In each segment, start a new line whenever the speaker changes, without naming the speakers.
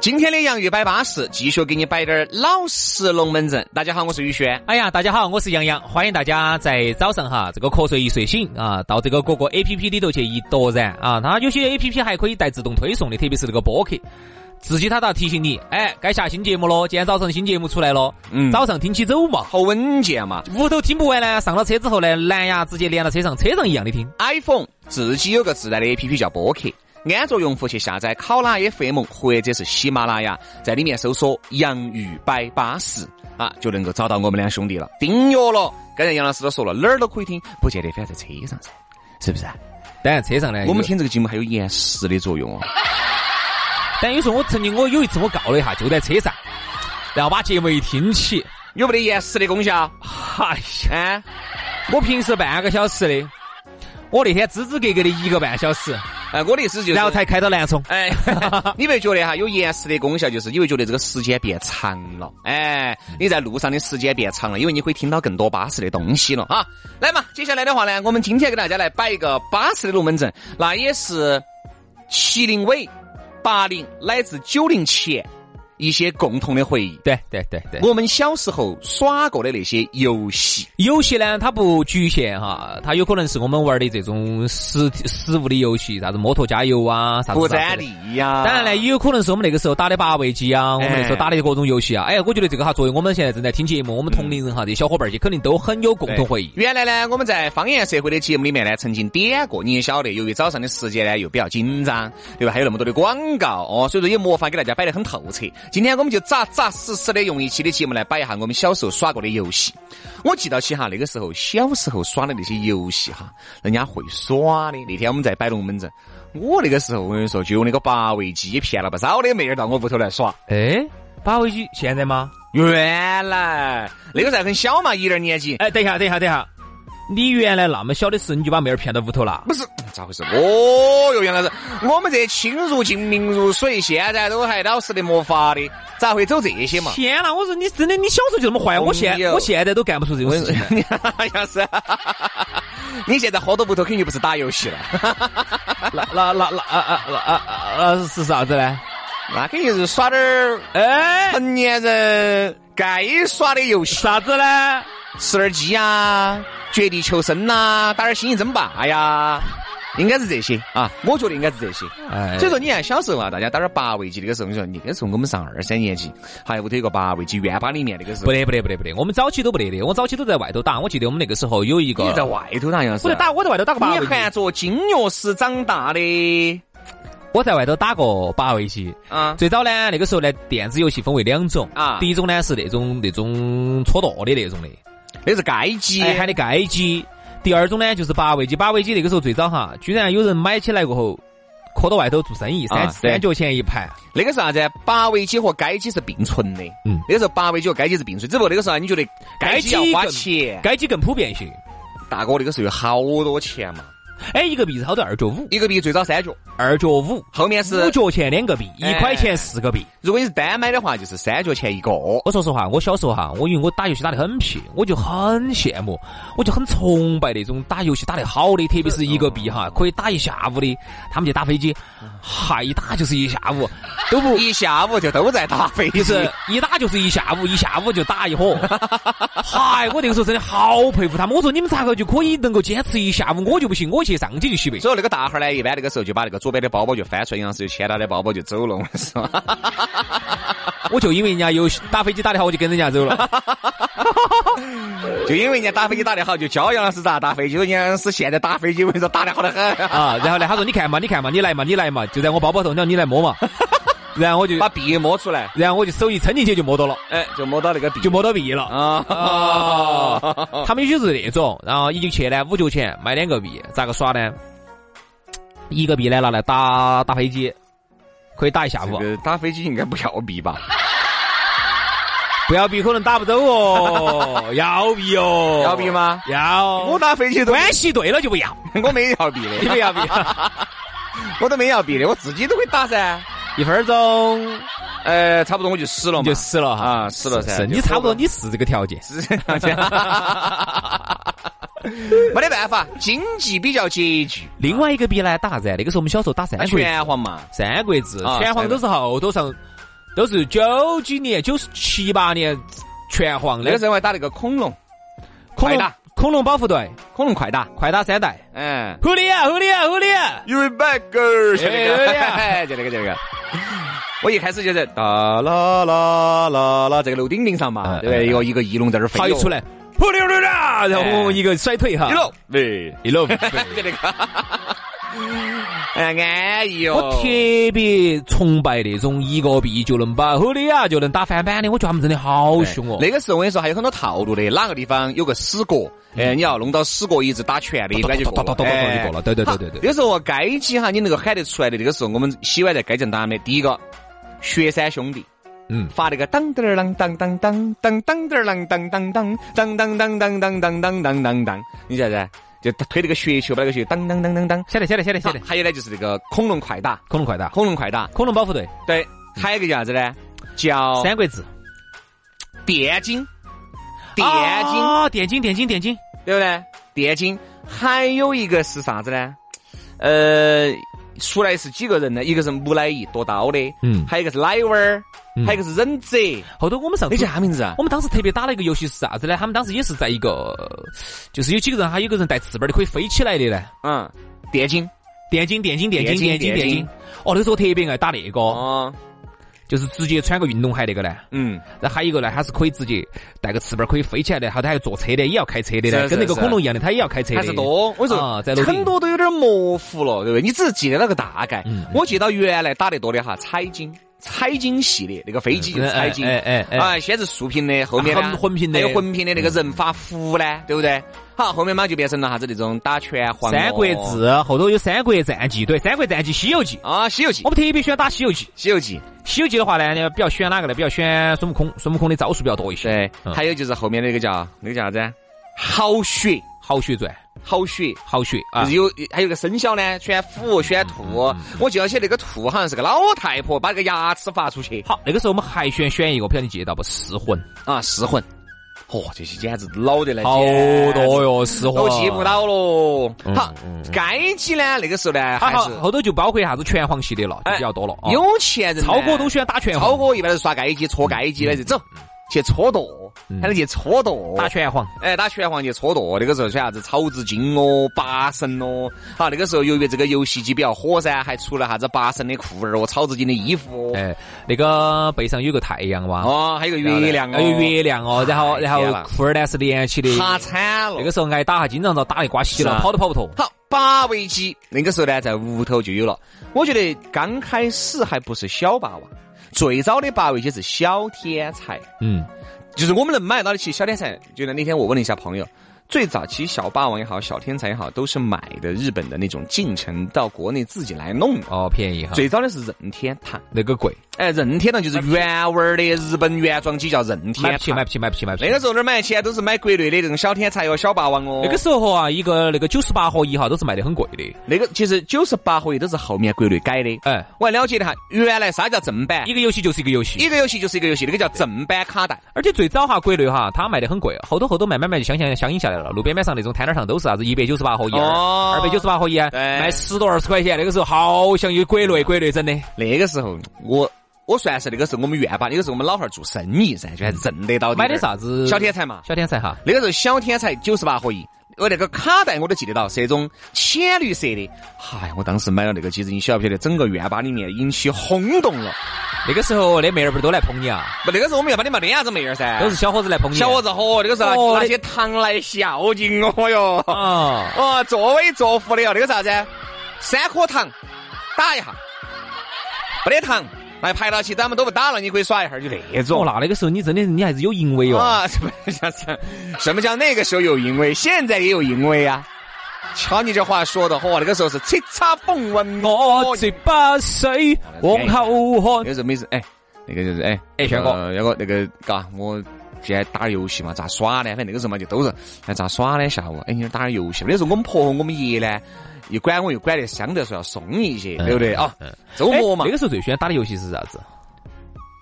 今天的洋芋摆巴士，继续给你摆点儿老实龙门阵。大家好，我是宇轩。
哎呀，大家好，我是杨洋，欢迎大家在早上哈，这个瞌睡一睡醒啊，到这个各个 A P P 里头去一踱然啊，它有些 A P P 还可以带自动推送的，特别是那个播客，自己它倒提醒你，哎，该下新节目咯，今天早上新节目出来咯，
嗯
早上听起走嘛，
好稳健嘛
屋头听不完呢，上了车之后呢，蓝牙直接连到车上，车上一样的听。
！iPhone 自己有个自带的 APP 叫播客，安卓用户去下载考拉 FM 或者是喜马拉雅，在里面搜索“洋芋摆巴士”啊，就能够找到我们两兄弟了。订阅了，刚才杨老师都说了，哪儿都可以听，不见得非要在车上噻，是不是啊？
当然车上呢，
我们
有，
听这个节目还有延时的作用 哦。
但有时候我曾经我有一次我告了一下，就在车上，然后把节目一听起，
有没得延时的功效？
哎呀，
啊，
我平时半个小时的，我那天支支格格的一个半小时。
呃，我的意思就是，
然后才开到南充。
哎，你会觉得哈有延时的功效，就是你会觉得这个时间变长了，哎，你在路上的时间变长了，因为你会听到更多巴适的东西了哈。来嘛，接下来的话呢，我们今天给大家来摆一个巴适的龙门阵，那也是七零尾、八零乃至九零前一些共同的回忆。
对对对对，
我们小时候耍过的那些游戏，
游戏呢，它不局限哈，它有可能是我们玩的这种实体实物的游戏，啥子摩托加油啊，啥子
不
啥子的
沾地呀、
当然呢，也有可能是我们那个时候打的八位机啊，我们那时候
哎
打的各种游戏啊。哎，我觉得这个哈，作为我们现在正在听节目，我们同龄人哈，这些小伙伴儿些肯定都很有共同回忆。
原来呢，我们在方言社会的节目里面呢，曾经点过，你也晓得，由于早上的时间呢又比较紧张，对吧？还有那么多的广告哦，所以说也没法给大家摆得很透彻。今天我们就扎扎实实的用一期的节目来摆一下我们小时候耍过的游戏。我记到起哈，那个时候小时候耍的那些游戏哈，人家会耍的。那天我们在摆龙门阵，我那个时候我跟你说，就用那个八位机骗了不少的妹儿到我屋头来耍。
哎，八位机现在吗？
原来那个时候还很小嘛，一二年级，
哎，等一下，等一下，等一下，你原来那么小的时候你就把妹儿骗到屋头了？
不是咋回事？哦哟，杨老师，我们这亲如镜，明如水，现在都还老实的没法的，咋会走这 些嘛？
天啦！我说你真的，你小时候就这么坏，我现
朋友
我现在都干不出这种
我
事情来。
杨师，哎 你现在喝到屋头肯定不是打游戏了，
那那那那啊啊啊啊啊是啥子呢？
那肯定是耍点儿
哎，
成年人该耍的游戏，
啥子呢？
吃点儿鸡呀，绝地求生呐、打点儿星际争霸哎呀，应该是这些啊，我觉得应该是这些。
哎
所以说，你看小时候啊，大家打点八位机那个时候，你说那个时候我们上二三年级，还有屋头有个八位机院坝里面那个时候
不，得不得不得不得，我们早期都不得的，我早期都在外头打。我记得我们那个时候有一个，
你在外头打样是
我在
吧？
打，我在外头打个八
你
位
含
机，
着金钥匙长大的
我在外头打过八位机。
啊，
最早呢，那个时候呢，电子游戏分为两种
啊
第一种呢是那种那种戳舵的那种的，
那是街机，啊
哎喊的街机。第二种呢就是八位机，八位机那个时候最早哈，居然有人买起来过后，搁到外头做生意，
啊
三
对
三角钱一盘。
那个是啥子？八位机和街机是并存的，
嗯
那个时候八位机和街机是并存，只不过那个时候啊你觉得街机要花
街机
钱，
街机更普遍些，
大哥那个时候有好多钱嘛，
哎，一个币是好多二角五，
一个币最早三角，
二角五。
后面是
五角钱两个币，
哎
一块钱四个币。
如果你是单买的话，就是三角钱一个，
我说实话，我小时候哈，我因为我打游戏打得很皮，我就很羡慕，我就很崇拜那种打游戏打得好的，特别是一个币哈，可以打一下午的。他们去打飞机，嗨，一打就是一下午，都 不
一下午就都在打飞机。
就是一打就是一下午，一下午就打一伙。嗨，我那个时候真的好佩服他们。我说你们咋个就可以能够坚持一下午，我就不行，我去上去就洗呗。
所以那个大汉儿呢，一般那个时候就把那个左边的包包就翻出来，杨师就牵他的包包就走了，我跟你说。
我就因为人家游戏打飞机打得好，我就跟人家走了。
就因为人家打飞机打得好，就教杨老师咋打飞机。说杨老师现在打飞机，我跟你说打得好得很。
啊，然后呢，他说你看嘛，你看嘛，你来嘛，你来嘛，就在我包包头，你要你来摸嘛。然后我就
把币摸出来，
然后我就手一撑进去就摸到了，
哎，就摸到那个币
就摸到币了。
啊
啊，
嗯
他们有些是那种，然后一就去呢五角钱买两个币，咋个耍呢？一个币呢拿来打打飞机，可以打一下午
这，个打飞机应该不要币吧？
不要币可能打不走 哦，要币哦，
要币吗？
要，
我打飞机都
关系对了就不要，
我没 要币
你
的，
不要币。
我都没要币的，我自己都会打噻。
一分钟
呃，差不多我就死了嘛，
你就死了哈
啊死了噻
是
就
你差不
活
多，
不
你是这个 条件。
是这样子没得办法，经济比较拮据，
另外一个币呢，打啥子？那个时候我们小时候打三
那
国志，
拳皇嘛，
三国志
啊，
拳皇都是后头上，都是九几年、九七八年拳皇
那个
的
时候还打那个恐龙，快
恐龙
打
恐龙保护队，
恐龙快打，
快打三代，
嗯。
狐狸啊，狐狸啊，狐狸啊，
You r e back, girl，就那
哎哎
个，就那个，就那个。我一开始就是哒啦啦啦啦，这个楼顶顶上嘛，
嗯
对不对？
嗯
一个一个翼龙在这儿飞
好
哟，
一出来，狐狸溜啦，啊然后一个甩腿哈
哎一，路，喂，
一路。
就那个，哎呀，安逸
我
哦。
特别崇拜那种一个币就能把狐狸啊就能打翻版的，我觉得他们真的好凶哦。
那个时候我跟你说，还有很多套路的，哪个地方有个死角，哎，你要弄到死角一直打拳的，应该就过
咚
了。
咚咚咚咚
哎
就过了对对对对对
好有时候街机哈，你能够喊得出来的，那个时候我们洗完在街上打的，第一个雪山兄弟。
嗯
发那个当当啷当当当当当当啷当当当当当当当当当当当当当，你晓得噻？就推那个雪球，把那个雪当当当当当。
晓得晓得晓得晓得，
还有呢，就是那个恐龙快打，
恐龙快打，
恐龙快打，
恐龙保护队，
对，还有一个叫啥子呢？叫
三国志。
电竞，电竞，
啊，电竞，电竞，电竞，
对不对？电竞，还有一个是啥子呢？呃，出来是几个人呢？一个是木乃伊夺刀的，
嗯
还有一个是奶娃儿，
嗯
还有一个是忍者，
后头我们上
那
次
叫。啥名字啊？
我们当时特别打了一个游戏是啥子呢？他们当时也是在一个，就是有几个人，还有个人带翅膀的，可以飞起来的呢。
嗯，电竞。
电竞，电竞，电竞，
电竞
电竞，
电
电
竞
竞。哦，那时候我特别爱打那个，
哦，
就是直接穿个运动鞋那个呢。
嗯，
那还有一个呢，它是可以直接带个翅膀可以飞起来的，后头还有坐车的，也要开车的
是
呢，
是
跟那个
是
恐龙一样的，它也要开车的。
还是多。我说、
啊在楼顶
很多都有点模糊了，对不对？你只是记得那个大概。
嗯
我记到原来打得多的哈，彩金。彩金系列那个飞机就是彩金，
哎哎哎哎
啊，先是竖屏的，后面呢
啊混屏的
还有混屏的那个人发福呢，对不对？好，后面嘛就变成了啥子那种打拳皇咯
三国志后头有三国战记，对，三国战记、西游记，
啊，《西游记》
我
《
们特别喜欢打西游记。
西游记》
西游记的话呢，比较喜欢哪个呢？比较喜欢孙悟空，孙悟空的招数比较多一些。
对，
嗯
还有就是后面那个叫那个叫啥子？啊好雪，
好血赚，
好雪，
好血
就
啊嗯
是！有还有个生肖呢，选虎选兔。我记到起那个兔好像是个老太婆，把那个牙齿发出去
好，那个时候我们还选选一个，不晓得你记得到不？噬魂，
啊，噬魂。嚯，这些简直老得来，
好多
哟，
哟，噬魂。
都记不。到喽。
嗯
好
嗯，
该记呢，那个时候呢
还
还
好
是，哎
后头就包括啥子拳皇系列了，就比较多了。啊
有钱人呢，
超哥都喜欢打拳皇，
超哥一般都是耍街机、搓街机的，就走去搓舵，
嗯
还能去搓舵，
打拳皇。
哎，打拳皇去搓舵，那个时候选啥子草字经哦、八神哦。好，那个时候由于这个游戏机比较火噻，还出了啥子八神的裤儿哦、草字经的衣服哦，
哎，那个背上有个太阳哇，
哦，还有个月亮哦，
还有月亮哦，然后
哎
然
天哪
后裤儿呢是连起的。
哈惨了。
那个时候挨打，还经常遭打一瓜稀
是
了
啊，
跑都跑不脱。
好，八位机那个时候呢，在屋头就有了。我觉得刚开始还不是小霸王，最早的八位机是小天才，
嗯，
就是我们能买到的。其实小天才，就那天我问了一下朋友。最早期小霸王也好，小天才也好，都是买的日本的那种进城到国内自己来弄的。
哦，便宜哈，
最早的是任天堂，
那个贵，
哎，任天堂就是原味儿的日本原装机叫任天
买不起，
堂
买。不起，买不起，买不起。
那个时候哪儿买得起啊？都是买国内的这种小天才哦、小霸王哦。
那个时候啊，一个那个九十八和一哈都是卖的很贵的。
那个其实九十八回都是后面国内改的。
哎，
我还了解了一下，原来啥叫正版
一？个游戏就是一个游戏
一，个游戏就是一个游戏，那个叫正版卡带。
而且最早哈，国内哈，它卖的很贵，后头后头慢慢卖就相相相应下来了。路边摆上那种摊摊上都是啥子一百九十八合一、
哦
二百九十八合一，
对
卖十多二十块钱。那个时候好像有国内国内整的，
那个时候我。我算是那个时候我们院坝，那个时候我们老汉儿做生意噻，就还是挣得到的。
嗯哦买的？啥子
小天才嘛。
小天才哈，
那个时候小天才九十八合一，我那个卡带我都记得到，是那种浅绿色的。哎呀，我当时买了那个，其实你晓不晓得，整个院坝里面引起轰动了。
那个时候那妹儿不是都来捧你啊，
不，那个时候我们院坝里没得啥子妹儿噻，
都是小伙子来捧
哎
你，啊
小伙子伙，那个时候
哦
拿
那
些糖来孝敬我哟。
啊，
哦，作威作福的哦，那个啥子？三颗糖打一下，没得糖那排到起咱们都不打了，你可以耍一下，就那
哦，
种。
那那个时候你真的你还是有淫威哦。
啊，什么叫什么叫那个时候有淫威？现在也有淫威啊！瞧你这话说的，嚯，那个时候是叱咤风云
哦
哦
我这把水往后看，
有时候每次哎，那个就是哎
哎轩哥
呃要个那个嘎，我现在打游戏嘛，咋耍呢？反正那个时候嘛，就都是哎咋耍呢？下午哎，你那儿打点游戏吧。那时候我们婆和我们爷呢，又管我又管得相对来说要松一些，对不对啊？周
哎
末嘛
那，个时候最喜欢打的游戏是啥子？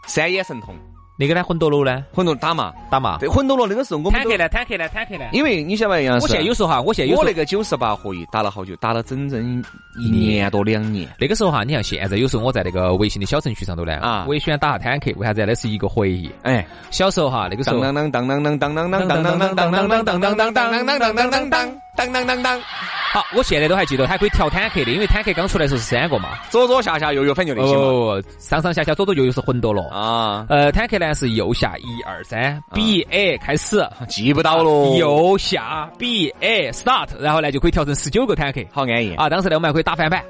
三眼神童，
那个呢，魂斗罗呢，
魂斗罗打嘛，
打嘛。
对，魂斗罗那个时候我们
坦
都
克，呢，坦克呢，坦克呢。
因为你晓得吧，杨
我现在有时候哈，我现在有
我
时
那
候
个九十八合一打了好久，打了整整一年多两年。
那个时候哈，你像现在有时候我在那个微信的小程序上头呢，
啊
我也喜欢打下坦克，为啥子呢？那是一个回忆。
哎，
小时候哈，那个时
当
候
当当当当当当当当当当当当当当当当当当当当当当当当当。
好，我现在都还记得，它可以调坦克的，因为坦克刚出来的时候是三个嘛，
左左下下右右，反正就那些嘛。
哦，上上下下左左右右是魂斗罗，
啊，
呃，坦克呢是右下一二三 B A 开始，
记啊不到喽。
右下 B A start，然后呢就可以调成十九个坦克
好安逸。
啊，当时呢我们还可以打翻版，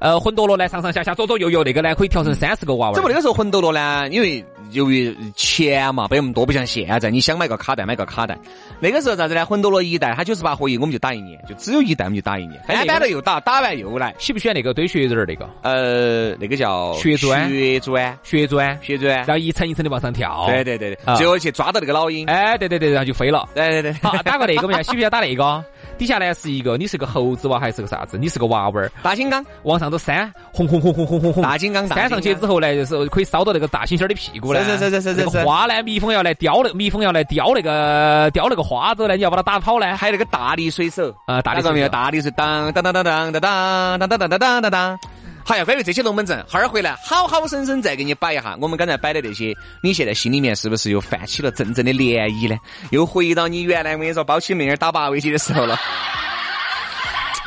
呃，魂斗罗呢上上下下左左右右那个呢可以调成三十个娃娃
只不过
儿，
那个时候魂斗罗呢，因为由于钱嘛没我们多，不像现在，你想买个卡带买个卡带。那个时候啥子呢？魂斗罗一代它九十八合一，我们就打一年，就只有一代我们就打一年，
哎
翻版了又打，打完又来。
喜不喜欢那个堆雪人儿那个
呃，那个叫
血砖
血砖，
血砖，
血砖
然。后一层一层的往上跳，
对，对对
啊
对，最后去抓到那个老鹰。
哎，对对对，然后就 飞了。
对对对，
好，打个那个嘛，喜不喜欢打那个？底下呢是一个，你是个猴子哇，还是个啥子？你是个娃娃儿，
大金刚，
往上头扇，轰轰轰轰轰轰轰，
大金刚，
扇嗯上去之
后，
后呢，就是可以烧到那个大猩猩的屁股呢。
是是是是是
那个
是
花呢，蜜蜂要来叼那个，蜜蜂要来叼那个叼那个花之后呢，你要把它打跑呢。
还有那个大力水手。
啊，大
打
力
个没有？
水手
大力水当当当当当当当当当当当当当当。好呀，关于这些龙门阵，哈儿回来好好生生再给你摆一下。我们刚才摆的那些，你现在心里面是不是又泛起了阵阵的涟漪呢？又回到你原来我跟你说包起妹儿打八位机的时候了。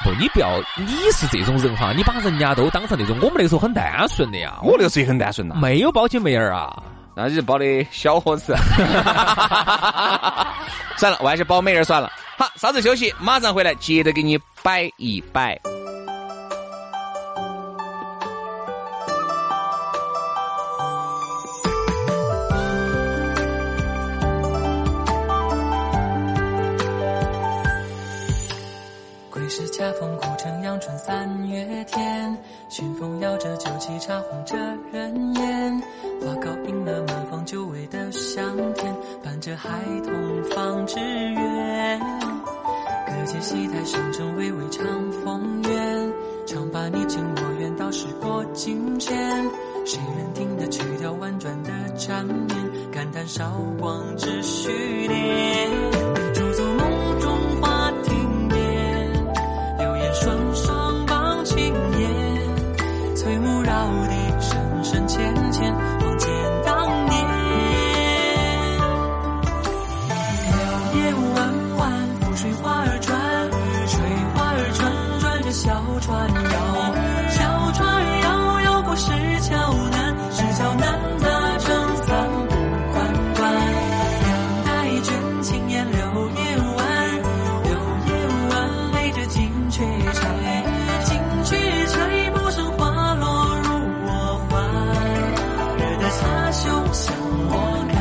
不，你不要，你是这种人哈，你把人家都当成那种，我们那个时候很单纯的呀，
我那个时候也很单纯呐，
没有包起妹儿啊。
那就是包的小伙子。 算了，我还是包妹儿算了。好，稍事休息，马上回来接着给你摆一摆。
归是恰逢古城阳春三月天，熏风摇着酒旗，茶红着人烟，花糕映了满房久违的香甜，伴着孩童放纸鸢。各界戏台声声娓娓唱风月，唱罢你情我愿，到时过境迁。谁人听得曲调婉转的缠绵，感叹韶光只虚恋。驻足梦中花庭边，柳眼双双望青烟，翠幕绕地深深浅浅，望见当年。夜晚晚，湖水花儿船，水花儿船转着小船摇，小船摇摇过石桥南，石桥南那撑伞不管管，两代卷青烟柳叶弯，柳叶弯围着金雀钗，金雀钗不生花落入我怀，惹得他羞向我看。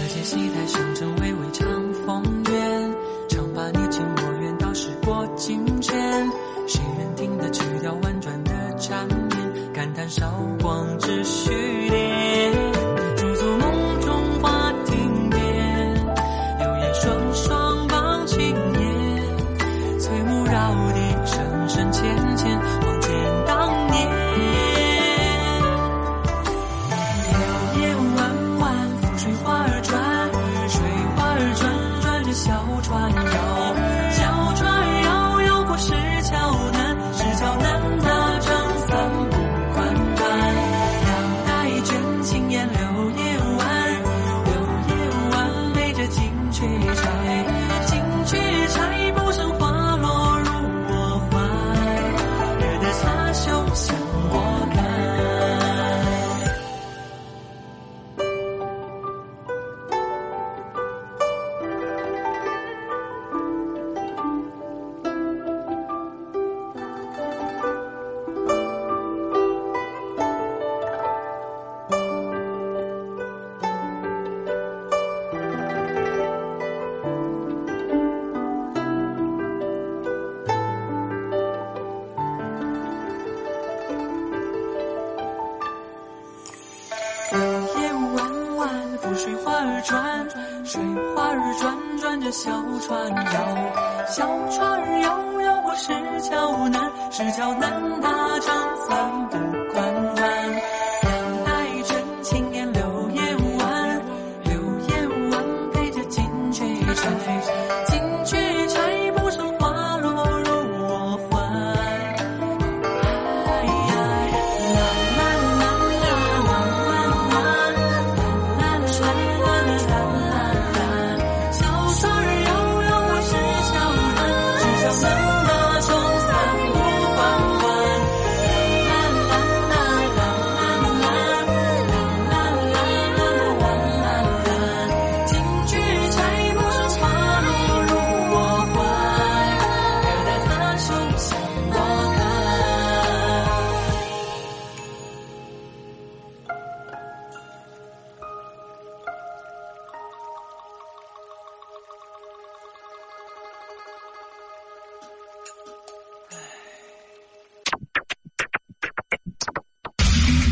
那些戏台声声娓娓唱风月，唱罢你情我愿，到时过境迁。谁人听得曲调婉转的缠绵，感叹韶光只虚恋。驻足梦中花庭边，柳眼双双望青烟，翠幕绕地深深浅浅，望见当年。夜晚晚，浮水花儿转，水花儿转转着小船摇，小船摇摇过石桥南，石桥南那撑伞不管管，两代卷转，水花儿转转着小船摇，小船儿摇摇过石桥南，石桥南它长三不管弯，两代真青年柳叶弯，柳叶弯陪着金雀钗，金雀钗不生花落入我怀。小船儿摇摇过石桥南，石桥南那长三不管弯。啦啦啦啦啦啦啦啦啦啦啦，金菊摘不上花落入我怀，留在他胸向我看。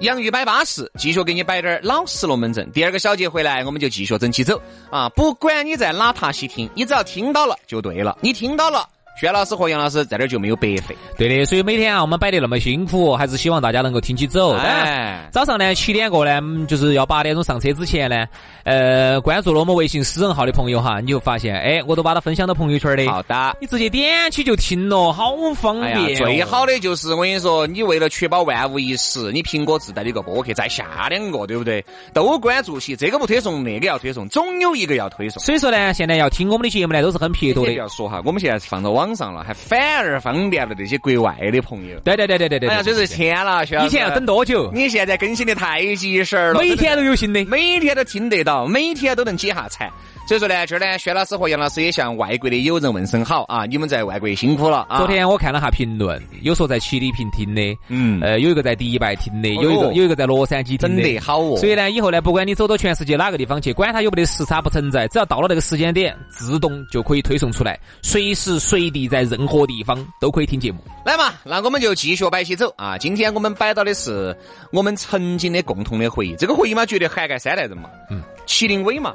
洋芋摆巴适，继续给你摆点儿老实龙门阵。第二个小节回来，我们就继续整起走啊！不管你在哪塔西听，你只要听到了就对了，你听到了，轩老师和杨老师在这儿就没有白费。
对的，所以每天啊，我们摆得那么辛苦，还是希望大家能够听起走。
哎
早上呢，七点过呢，嗯就是要八点钟上车之前呢，呃，关注了我们微信私人号的朋友哈，你就发现，哎，我都把它分享到朋友圈的。
好的。
你直接点起就听了，好方
哎
便、哦
呀，最。好的就是我跟你说，你为了确保万无一失，你苹果自带的一个播客再下两个，对不对？都关注起，这个不推送，那个要推送，总有一个要推送。
所以说呢，现在要听我们的节目呢，都是很撇脱
不
的。
要说哈，我们现在是放到网上了，还反而方便了那些国外的朋友。
对对对对对对。
哎呀，
对
真是
对
天了，薛老
以
师
前要等多久？
你现在更新的太及时了，
每天都有新的。
每天都听得到，每天都能解下馋。所以说呢，这儿呢，薛老师和杨老师也向外国的友人问声好啊！你们在外国辛苦了啊！
昨天我看了下评论，有说在七里坪听的，
嗯
呃，有一个在迪拜听的，有一
哦
个有一个在洛杉矶听
真
的
的。好哦，
所以呢，以后呢，不管你走到全世界哪个地方去，管它有没得时差不存在，只要到了那个时间点，自动就可以推送出来，随时随地在任何地方都可以听节目。
来嘛，那我们就继续摆起走啊！今天我们摆到的是我们曾经的共同的回忆，这个回忆嘛，绝对涵盖三代人嘛，嗯，七零尾嘛，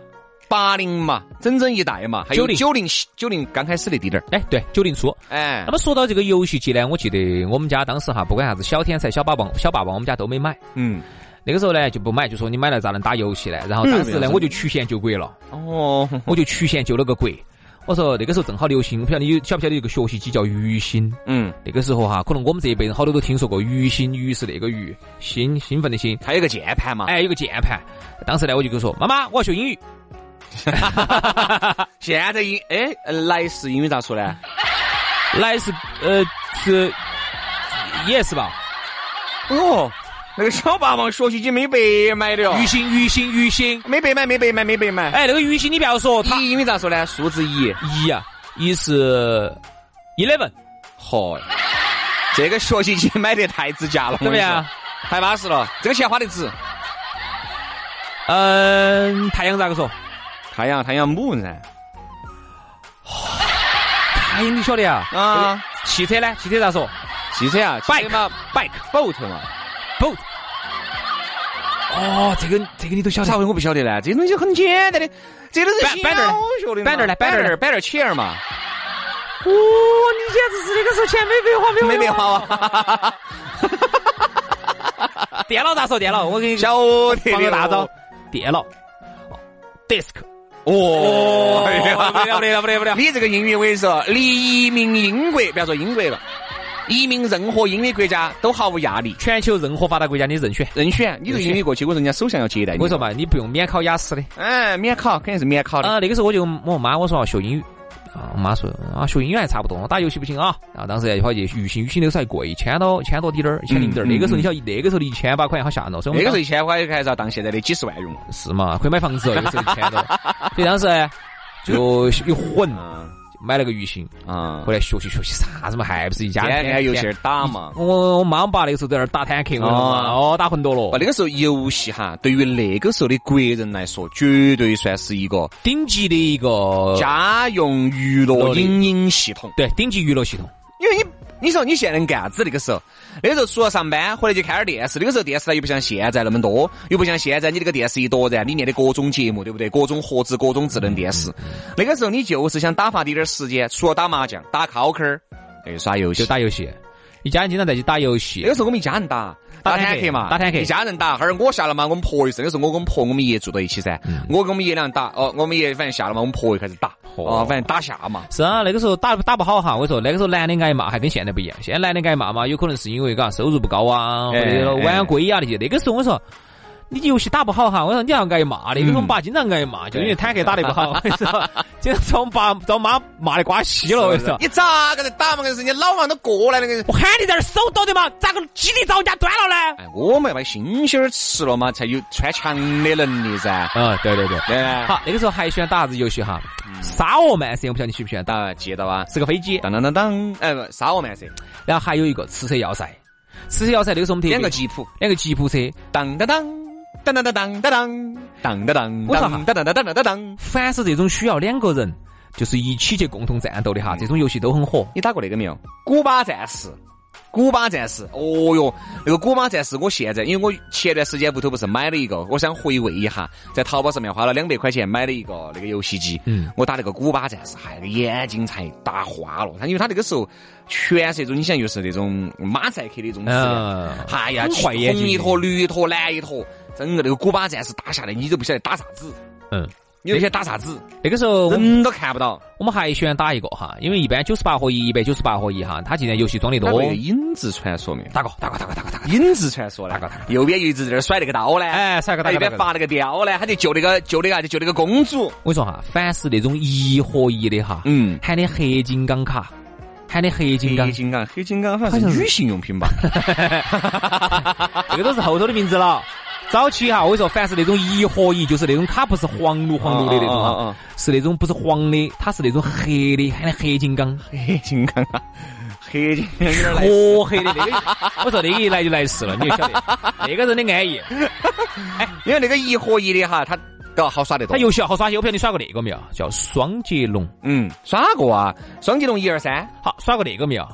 八零嘛，整整一代嘛，还有
90
九零九零刚开始的弟弟儿，
哎，对，九零初。
哎
那，么说到这个游戏机呢，我记得我们家当时哈，不管啥子小天才、小霸王、小霸王，我们家都没买。
嗯，
那个时候呢就不买，就说你买了咋能打游戏呢？然后当时呢我就曲线救国了，
哦，
我就曲线救了个国。我说那个时候正好流行，我不晓得你有晓不晓得有一个学习机叫鱼星。
嗯，
那个时候哈，可能我们这一辈人好多都听说过鱼星，鱼是那个鱼，兴兴奋的兴，
还有个键盘嘛，哎，
哎，有个键盘。当时呢，我就跟我说：“妈妈，我要学英语。
现在英哎呃来世英语咋说呢？
来是呃是 yes 吧？
哦，那个小霸王学习机没白买的哦，
鱼星鱼星鱼星。
没白买，没白买，没白买。
哎，那个鱼星你不要说它
一英语哎咋说呢？数字一，
一啊，一是 eleven，
嚯，这个学习机买得太值价了，
怎么样？
太巴适了，这个钱花得值。
嗯，太阳咋个说？
太阳太阳母噻，
太阳你晓得啊？
啊，
汽车呢？汽车咋说
汽车啊
Bike
汽车嘛，bike boat 嘛，
？boat。哦，这个这个你都晓得
咋？会我不晓得呢？这东西很简单的，这都是
板板凳儿
学的嘛，
板凳儿呢
板
板凳儿
凳儿板凳儿起儿嘛，
哦，你简直是那个时候钱没白花，
没啊变化哇。
花。电脑咋说？电脑，我给你
晓得
放
的
个大招
哦，
电脑，desk。
哦，哎呀
不得了，不得了，不得了！
你这个英语，我跟你说，离移民英国，不要说英国了，移民任何英语国家都毫无压力。
全球任何发达国家你任选，
任选，你这个英语过去，我人家首相要接待你。
我跟你说，嘛，你不用免考雅思的。
哎，免考肯定是免考的。
啊啊，那个时候我就跟我妈我说要学英语，啊，我妈说啊，学英语还差不多，打游戏不行啊。然后当时好像月薪月薪那个时候还贵，一千多，一千多滴点儿，一千零点儿。那个时候你晓得，那个时候的一千把块钱好吓人了，所以
嗯
我
那个时
们当
候一千块还是要当现在的几十万用。
是嘛，可以买房子哦，那个时候一千多。所以当时呢就一混
嗯
买了个鱼薪，
嗯，
回来学习学习啥子嘛，还不是一家
天天游戏
啊天
儿打嘛。
我我妈我爸那个时候在那儿打坦克，我
哦
哦打魂斗罗
哇，，那个时候游戏哈，对于那个时候的国人来说，绝对算是一个
顶级的一个
家用娱乐影音系统。
对顶级娱乐系统。
因为你，你说你现在能干啥子？那个时候，那个时候除了上班，回来就看点电视。那个时候电视台又不像现在那么多，又不像现在你这个电视一夺然，里面的各种节目，对不对？各种盒子，各种智能电视。那个时候你就是想打发滴点儿时间，除了打麻将、打 QQ，儿，哎，耍游戏
就。打游戏，一家人经常在一起打游
那
戏
个，时候我们一家人打
打坦
坦
克
克嘛，
打坦克
一家人打。后儿我下了嘛，我们婆一声，那时候我跟我们婆我们爷住到一起噻，
嗯
我跟我们爷俩打，哦，我们爷反正下了嘛，我们婆又开始打，
哦
哦，反正打下嘛。
是啊，那个时候打打不好哈，我跟你说那个时候男的挨骂还跟现在不一样，现在男的挨骂嘛，有可能是因为嘎收入不高啊，或
哎
者
哎
晚归啊那些。那个时候我说。你游戏打不好哈，我说你要挨骂的，因为我们爸经常挨骂，就因为坦克打得不
哎
好，我跟你说经常遭我们爸遭我妈骂的瓜稀哦了，我跟你说。
你咋个在打嘛？硬是你老王都过来那个。
我喊你在这儿手抖的嘛，咋个鸡的遭人家端了呢？
哎，我们要把星星儿吃了嘛，才有穿墙的能力噻。
啊，对对对。
对吧，
好，那个时候还喜欢打啥子游戏哈？沙俄曼射，我不晓得你喜不喜欢打，
打接到啊，
是个飞机，
当当当当，哎，不沙俄曼噻，
然后还有一个驰骋要塞，驰骋要塞那个时候我们特别
两个吉普，
两个吉普车，
当当当，当当当当当当，当当当，
我操
当当当当当当当当。
凡是这种需要两个人就是一起去共同战斗的哈，这种游戏都很火。
你打过那个没有？古巴战士。古巴战士，哦哟，那个古巴战士，我现在因为我前段时间屋头不是买了一个，我想回味一下，在淘宝上面花了两百块钱买了一个那个游戏机，
嗯
我打那个古巴战士，还那个眼睛才打花了，他因为他那个时候全是那种，你想又是那种马赛克的那种质量，
嗯，
哎呀，
很快
红
眼睛
一坨，绿一坨，蓝一坨，整个那个古巴战士打下来，你都不晓得打啥子，
嗯，
你都不晓得打啥子，
那个时候我们
人都看不到，
我们还喜欢打一个哈，因为一般九十八合一，一百九十八合一哈，它既然游戏装的
打
多，
过那个影子传说没有？
打过打过打过打过打过，
影子传说呢
大哥大，
右边一直在那儿甩那个刀呢，
哎甩个大
他一
哥大
边
哥
拔那个雕呢，他就救那个救那个啥就救那个公主，
我跟你说哈，凡是那种一合一的哈，
嗯，
喊的黑金刚卡，喊的黑金刚
黑，金刚，黑金刚好像是女性用品 吧？
这个都是后头的名字了。早期哈，我跟你说，凡是那种一合一，就是那种它不是黄绿黄绿的
嗯嗯
那种
嗯
哈
嗯，
是那种不是黄的，它是那种黑的，喊的黑金刚，
黑金刚 啊，黑金刚有点来
黢黑的那个。我说那个一来就来事了，你就 晓得，那个人的安逸。
因为那个一合一的哈，它都好耍得多。
他游戏好耍些，我不晓得你耍过那个没有，叫双截龙。
嗯，耍过啊，双截龙一二三，
好，耍过那个没有？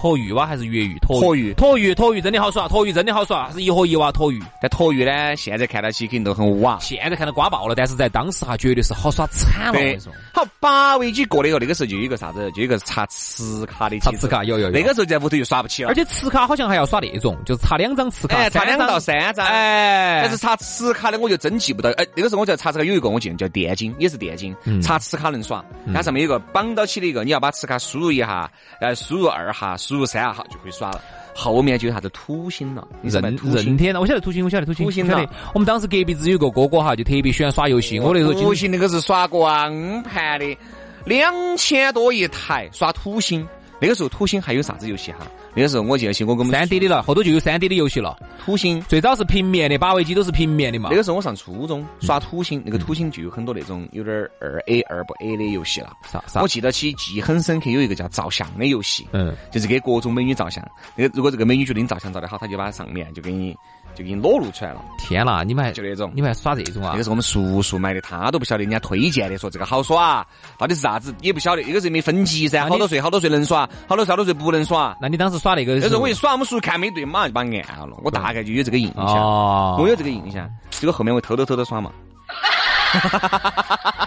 脱鱼蛙还是越狱？
脱
脱
鱼
脱鱼，脱鱼真的好耍，脱鱼真的好耍，是一合一蛙脱鱼。
但脱鱼呢，现在看到起肯定都很瓦。
现在看到瓜爆了，但是在当时哈，绝对是好耍惨啊了。我跟
对
你说，，
好，八位机过了以后，那个时候就有一个啥子，就有一个查磁卡的机
插
制
磁，卡有有有。
那个时候在屋头就耍不起了
而。且磁卡好像还要耍那种，就是插两张磁卡，
哎，查两
张
到，三张，
哎，
但是查磁卡的我就真记不到。哎，那个时候我在查这个有一个我记得叫电竞，也是电竞
嗯，
查磁卡能耍。它上面有一个绑到起的一个，你要把磁卡输入一下，呃，输入二下，输入三下就可以耍了。后面就有啥子土星了，你是
任
买土
任
星？
天堂，我晓得土星，我晓得土星，
土星啊
我晓得
呐。
我们当时隔壁只有个哥哥哈，就特别喜欢耍游戏。我那时候
土
经
星那个是耍光盘的，两千多一台耍土星。那个时候土星还有啥子游戏哈？那个时候我记得起我跟我们
三 D 的了，后头就有三 D 的游戏了。
土星。
最早是平面的，八位机都是平面的嘛
那。个时候我上初中耍土
嗯
星，那个土星就有很多那种有点儿二 A 二不 A 的游戏了。
啥啥
我？记得起记忆很深刻，有一个叫照相的游戏，
嗯，
就是给各种美女照相。那个如果这个美女觉得你照相照得好，她就把上面就给你就给你裸露出来了，
天啦，你们还
就那种
你。们还耍这种啊
那个？是我们叔叔买的，他都不晓得人家推荐的，说这个好耍，啊到底是啥子也不晓得。那个时候没分级噻，
啊你
好多岁好多岁能耍，好多岁好多岁不能耍。
那你当时耍那个
那
时
时候
候
我一耍，我们叔叔看没对，马上就把我按了。我大概就有这个印象，
哦，
我有这个印象。结果后面我偷偷偷偷耍嘛，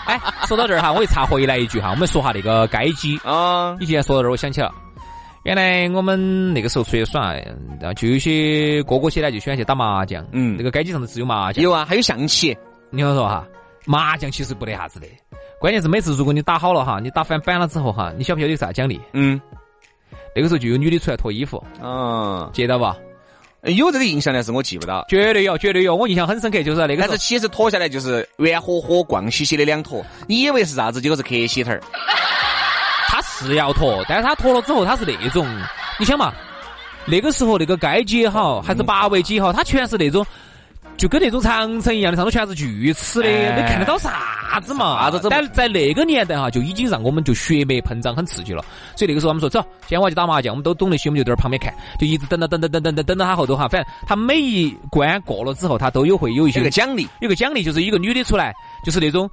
哎，说到这儿哈，我又插回来一句哈，我们说下那个街机。
啊，
你既然说到这儿，我想起了，原来我们那个时候出去耍，嗯然后就有些哥哥些呢就喜欢去打麻将。
嗯
那个街机上头只有麻将。
有啊，还有象棋，
你要说哈，麻将其实不得啥子的，关键是每次如果你打好了哈，你打翻板了之后哈，你晓不晓得有啥奖励？
嗯，
那个时候就有女的出来脱衣服，
啊。
接到吧？
有这个印象，但是我记不到。
绝对有，绝对有，我印象很深刻，就是那个
但
时候
是其实脱下来就是圆乎乎、光兮兮的两坨，你以为是啥子，结果是壳洗头儿。
他是要脱，但是他脱了之后，他是那种，你想嘛，那个时候那个街机也好，还是八位机也好，它全是那种，就跟那种长城一样的，上头全是锯齿的，
哎
你看得到啥子嘛？
啥子都
但在那个年代哈、就已经让我们就血脉喷张，很刺激了。所以那个时候我们说，走，今天我要去打麻将，我们都懂得些，我们就在那儿旁边看，就一直等到等到等等等等到他后头哈，反正他每一关过了之后，他都有会有一些
有个奖励，
有个奖励，就是一个女的出来，就是那种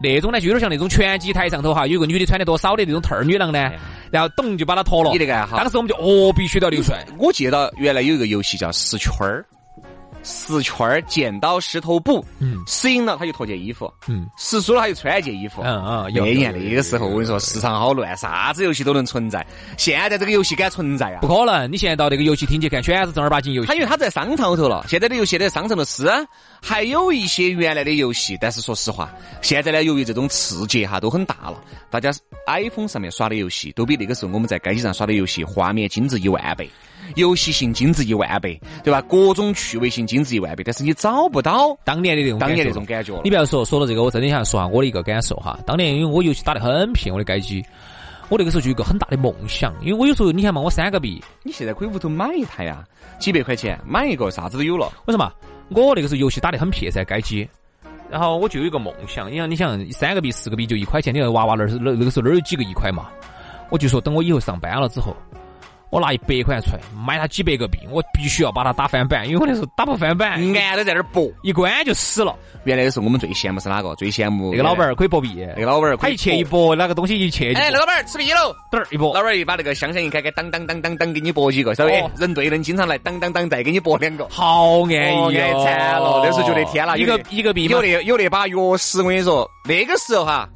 那种呢，就有点像那种拳击台上头哈，有个女的穿得多少的那种特儿女郎呢，然后咚就把她脱了
哎你。那个哈
当，时我们就哦，必须得要流帅。
我记得原来有一个游戏叫十圈儿，十圈儿剪刀石头布，
嗯
谁赢了他就脱件衣服，
嗯
十输了他就穿一件衣服。
嗯嗯，
那
有
年
有
那个时候，我跟你说，市场好乱，啥子游戏都能存在。现在这个游戏敢存在啊
不？可能，你现在到那个游戏厅去看，全是正儿八经游戏
他。因为他在商场头了，现在的游戏在商场头是还有一些原来的游戏，但是说实话，现在呢，由于这种刺激哈都很大了，大家 iPhone 上面耍的游戏都比那个时候我们在街机上耍的游戏画面精致一万倍，游戏性精致一万倍，对吧？各种趣味性精致一万倍，但是你找不到
当年的那种，
当年那种。感觉了
你。不要说，说到这个，我真的想说下我的一个感受哈。当年因为我游戏打得很撇，我的街机，我那个时候就有一个很大的梦想，因为我有时候你看嘛，我三个币，
你现在可以屋头买一台呀、几百块钱买一个，啥子都有了。
为什么？我那个时候游戏打得很撇噻，街机。然后我就有一个梦想，你想，你想三个币、四个币就一块钱，你看娃娃那儿是那那个时候哪儿有几个一块嘛？我就说等我以后上班了之后，我拿一百块钱出来买他几百个币，我必须要把它打翻版，因为我那时候打不翻版，
俺都在那儿搏。
一关就死了。
原来的时候我们最羡慕是哪个？最羡慕
那个老板，儿可以博币，
那个老板儿可
他
以
一切一
搏。
搏，那个东西一切就
哎，那
搏
老板儿吃皮喽。
嘚儿一搏，
老板一把那个香香一开开，当当当当当，给你拨几个，稍微
哦
人对人经常来，当当当再给你拨两个。
好安逸
哎
哦，
惨了，那时候觉得天啦，
一
有
个
那
一个币嘛
有，那有那把钥匙，我跟你说，那个时候哈，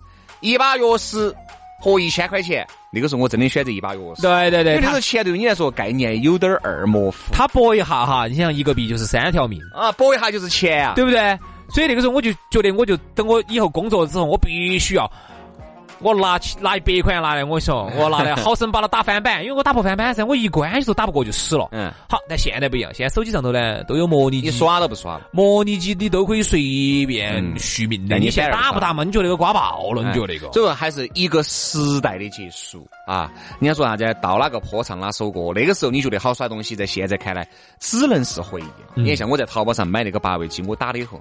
一把钥匙和一千块钱，那个时候我真的选择一把钥匙。
对对
因
对，
为那时
他
候钱对于你来说概念有点儿二模糊
他搏一下哈，你想一个币就是三条命。
啊，拨一下就是钱啊。
对不对？所以那个时候我就觉得，我就等我以后工作之后，我必须要。我拿起拿一百块钱拿来，我说我 拿来好生把它打翻版，因为我打不翻版噻，我一关有时候打不过就死了。
嗯，
好，但现在不一样，现在手机上头呢都有模拟
你
机，
耍都不耍了。
模拟机你都可以随便
嗯
续命的。
但
你
你
现在
反而
打
不
不
打
打嘛？你觉得那个瓜爆了？你觉得那
哎
个？
所以说还是一个时代的结束啊！人家说啥子，到哪个坡唱哪首歌，那个时候你觉得好耍的东西，在现在看来只能是回忆。
嗯
你看，像我在淘宝上买那个八位机，我打了以后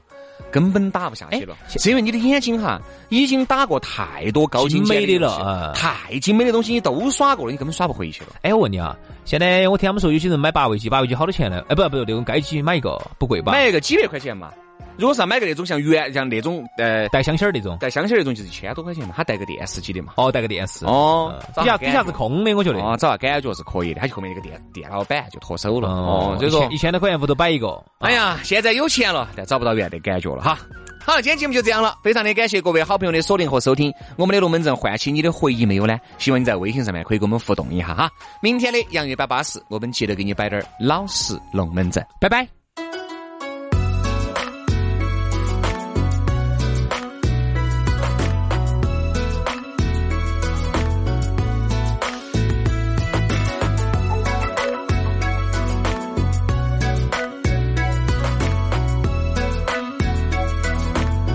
根本打不下去了，
哎
是因为你的眼睛哈已经打过太多高精尖
精美的
东西
了啊
太精美的东西你都耍过了，你根本耍不回去了。
哎，我问你啊，现在我听他们说有些人买八位机，八位机好多钱呢？哎，不不，那种街机买一个不贵 吧？
买一个几百块钱嘛，如果是要买个那种像原像那种呃
带香芯儿那种，
带香榭那种，就是一千多块钱嘛，它带个电视机的嘛。
哦，带个电视，
哦
嗯，
找
底下
下
底下是空的，我觉得。
哦，找下感觉是可以的，他就后面那个电电脑板就脱手了。哦
哦，，
所以说
一千一，千多块钱屋头摆一个，
哎呀，现在有钱了，但找不到原来的感觉了哈。好，今天节目就这样了，非常的感谢各位好朋友的锁定和收听。我们的龙门阵唤起你的回忆没有呢？希望你在微信上面可以跟我们互动一下哈。明天的洋芋摆巴士，我们接着给你摆点儿老实龙门阵。
拜拜。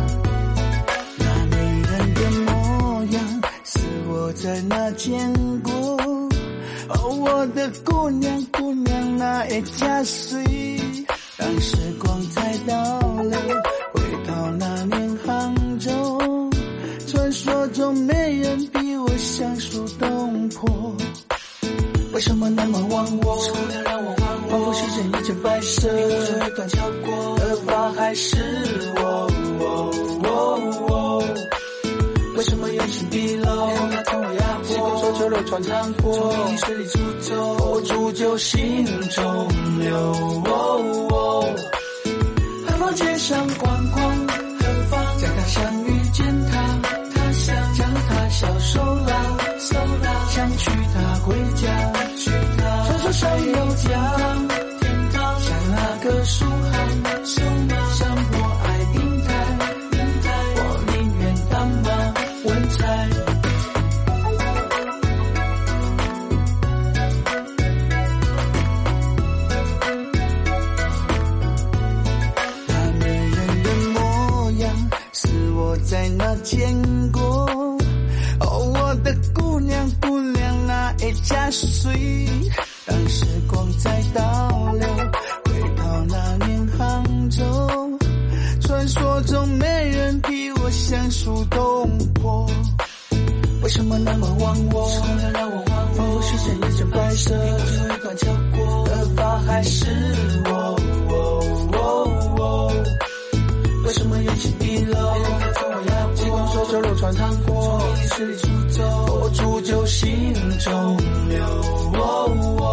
那女人的模样是我在哪见过？哦，我的姑娘，姑娘那一家谁？让时光再倒流，回到那年杭州，传说中没人比我相熟动魄。为什么那么忘我？是姑娘让我忘我，仿佛时针一直白色，你无声一段飘过，而发还是我。哦哦哦为什么眼神低落？你让他痛哎我压迫，习惯说酒肉穿肠过，从你水里煮粥，煮酒心中流。哦哦何妨街上逛逛，何妨在他乡遇见他，他乡将他小手拉，手拉，想娶她回家，娶她。传说上有家，天堂，像那个书涵，书涵，像我爱英台，英台，我宁愿当马文采。见过。哦，我的姑娘，姑娘啊，一家水。当时光在倒流，回到那年杭州，传说中没人比我娴熟动魄。为什么那么忘我？除了让我忘我，是谁一直白色？你为什么一管教过？的发还是我？哦哦哦为什么运气低落？没人看穿我呀，济公说酒肉穿糖果，从你十里出走，我煮酒心中留。哦哦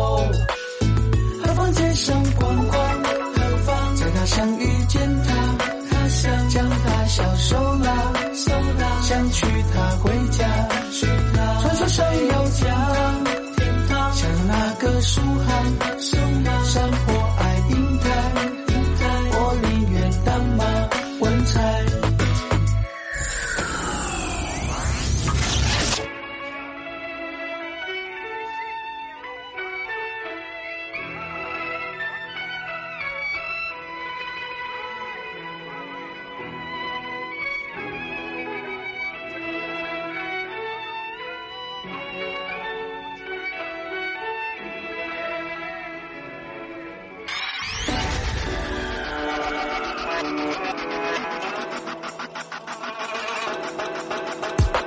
何妨街上逛逛，何妨在他乡遇见他，他乡将他小手拉，手拉想娶她回家，娶她传说上有家，天堂像那个苏杭，苏杭山坡爱银台，银台我宁愿当马文采。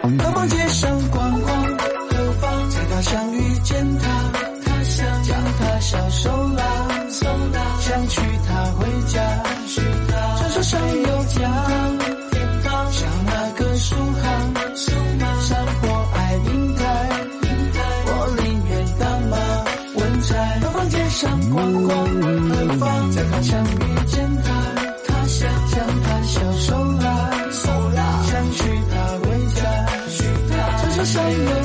何妨街上逛逛，何妨在他乡遇见他，他乡将他小手拉，手拉想娶她回家，娶她传说上有家，天堂像那个苏杭，苏杭山坡爱银台，银台我宁愿当马文采。何妨街上逛逛，何妨在他乡遇见他，他乡将他小手拉，手拉想娶她回家。去他传说山有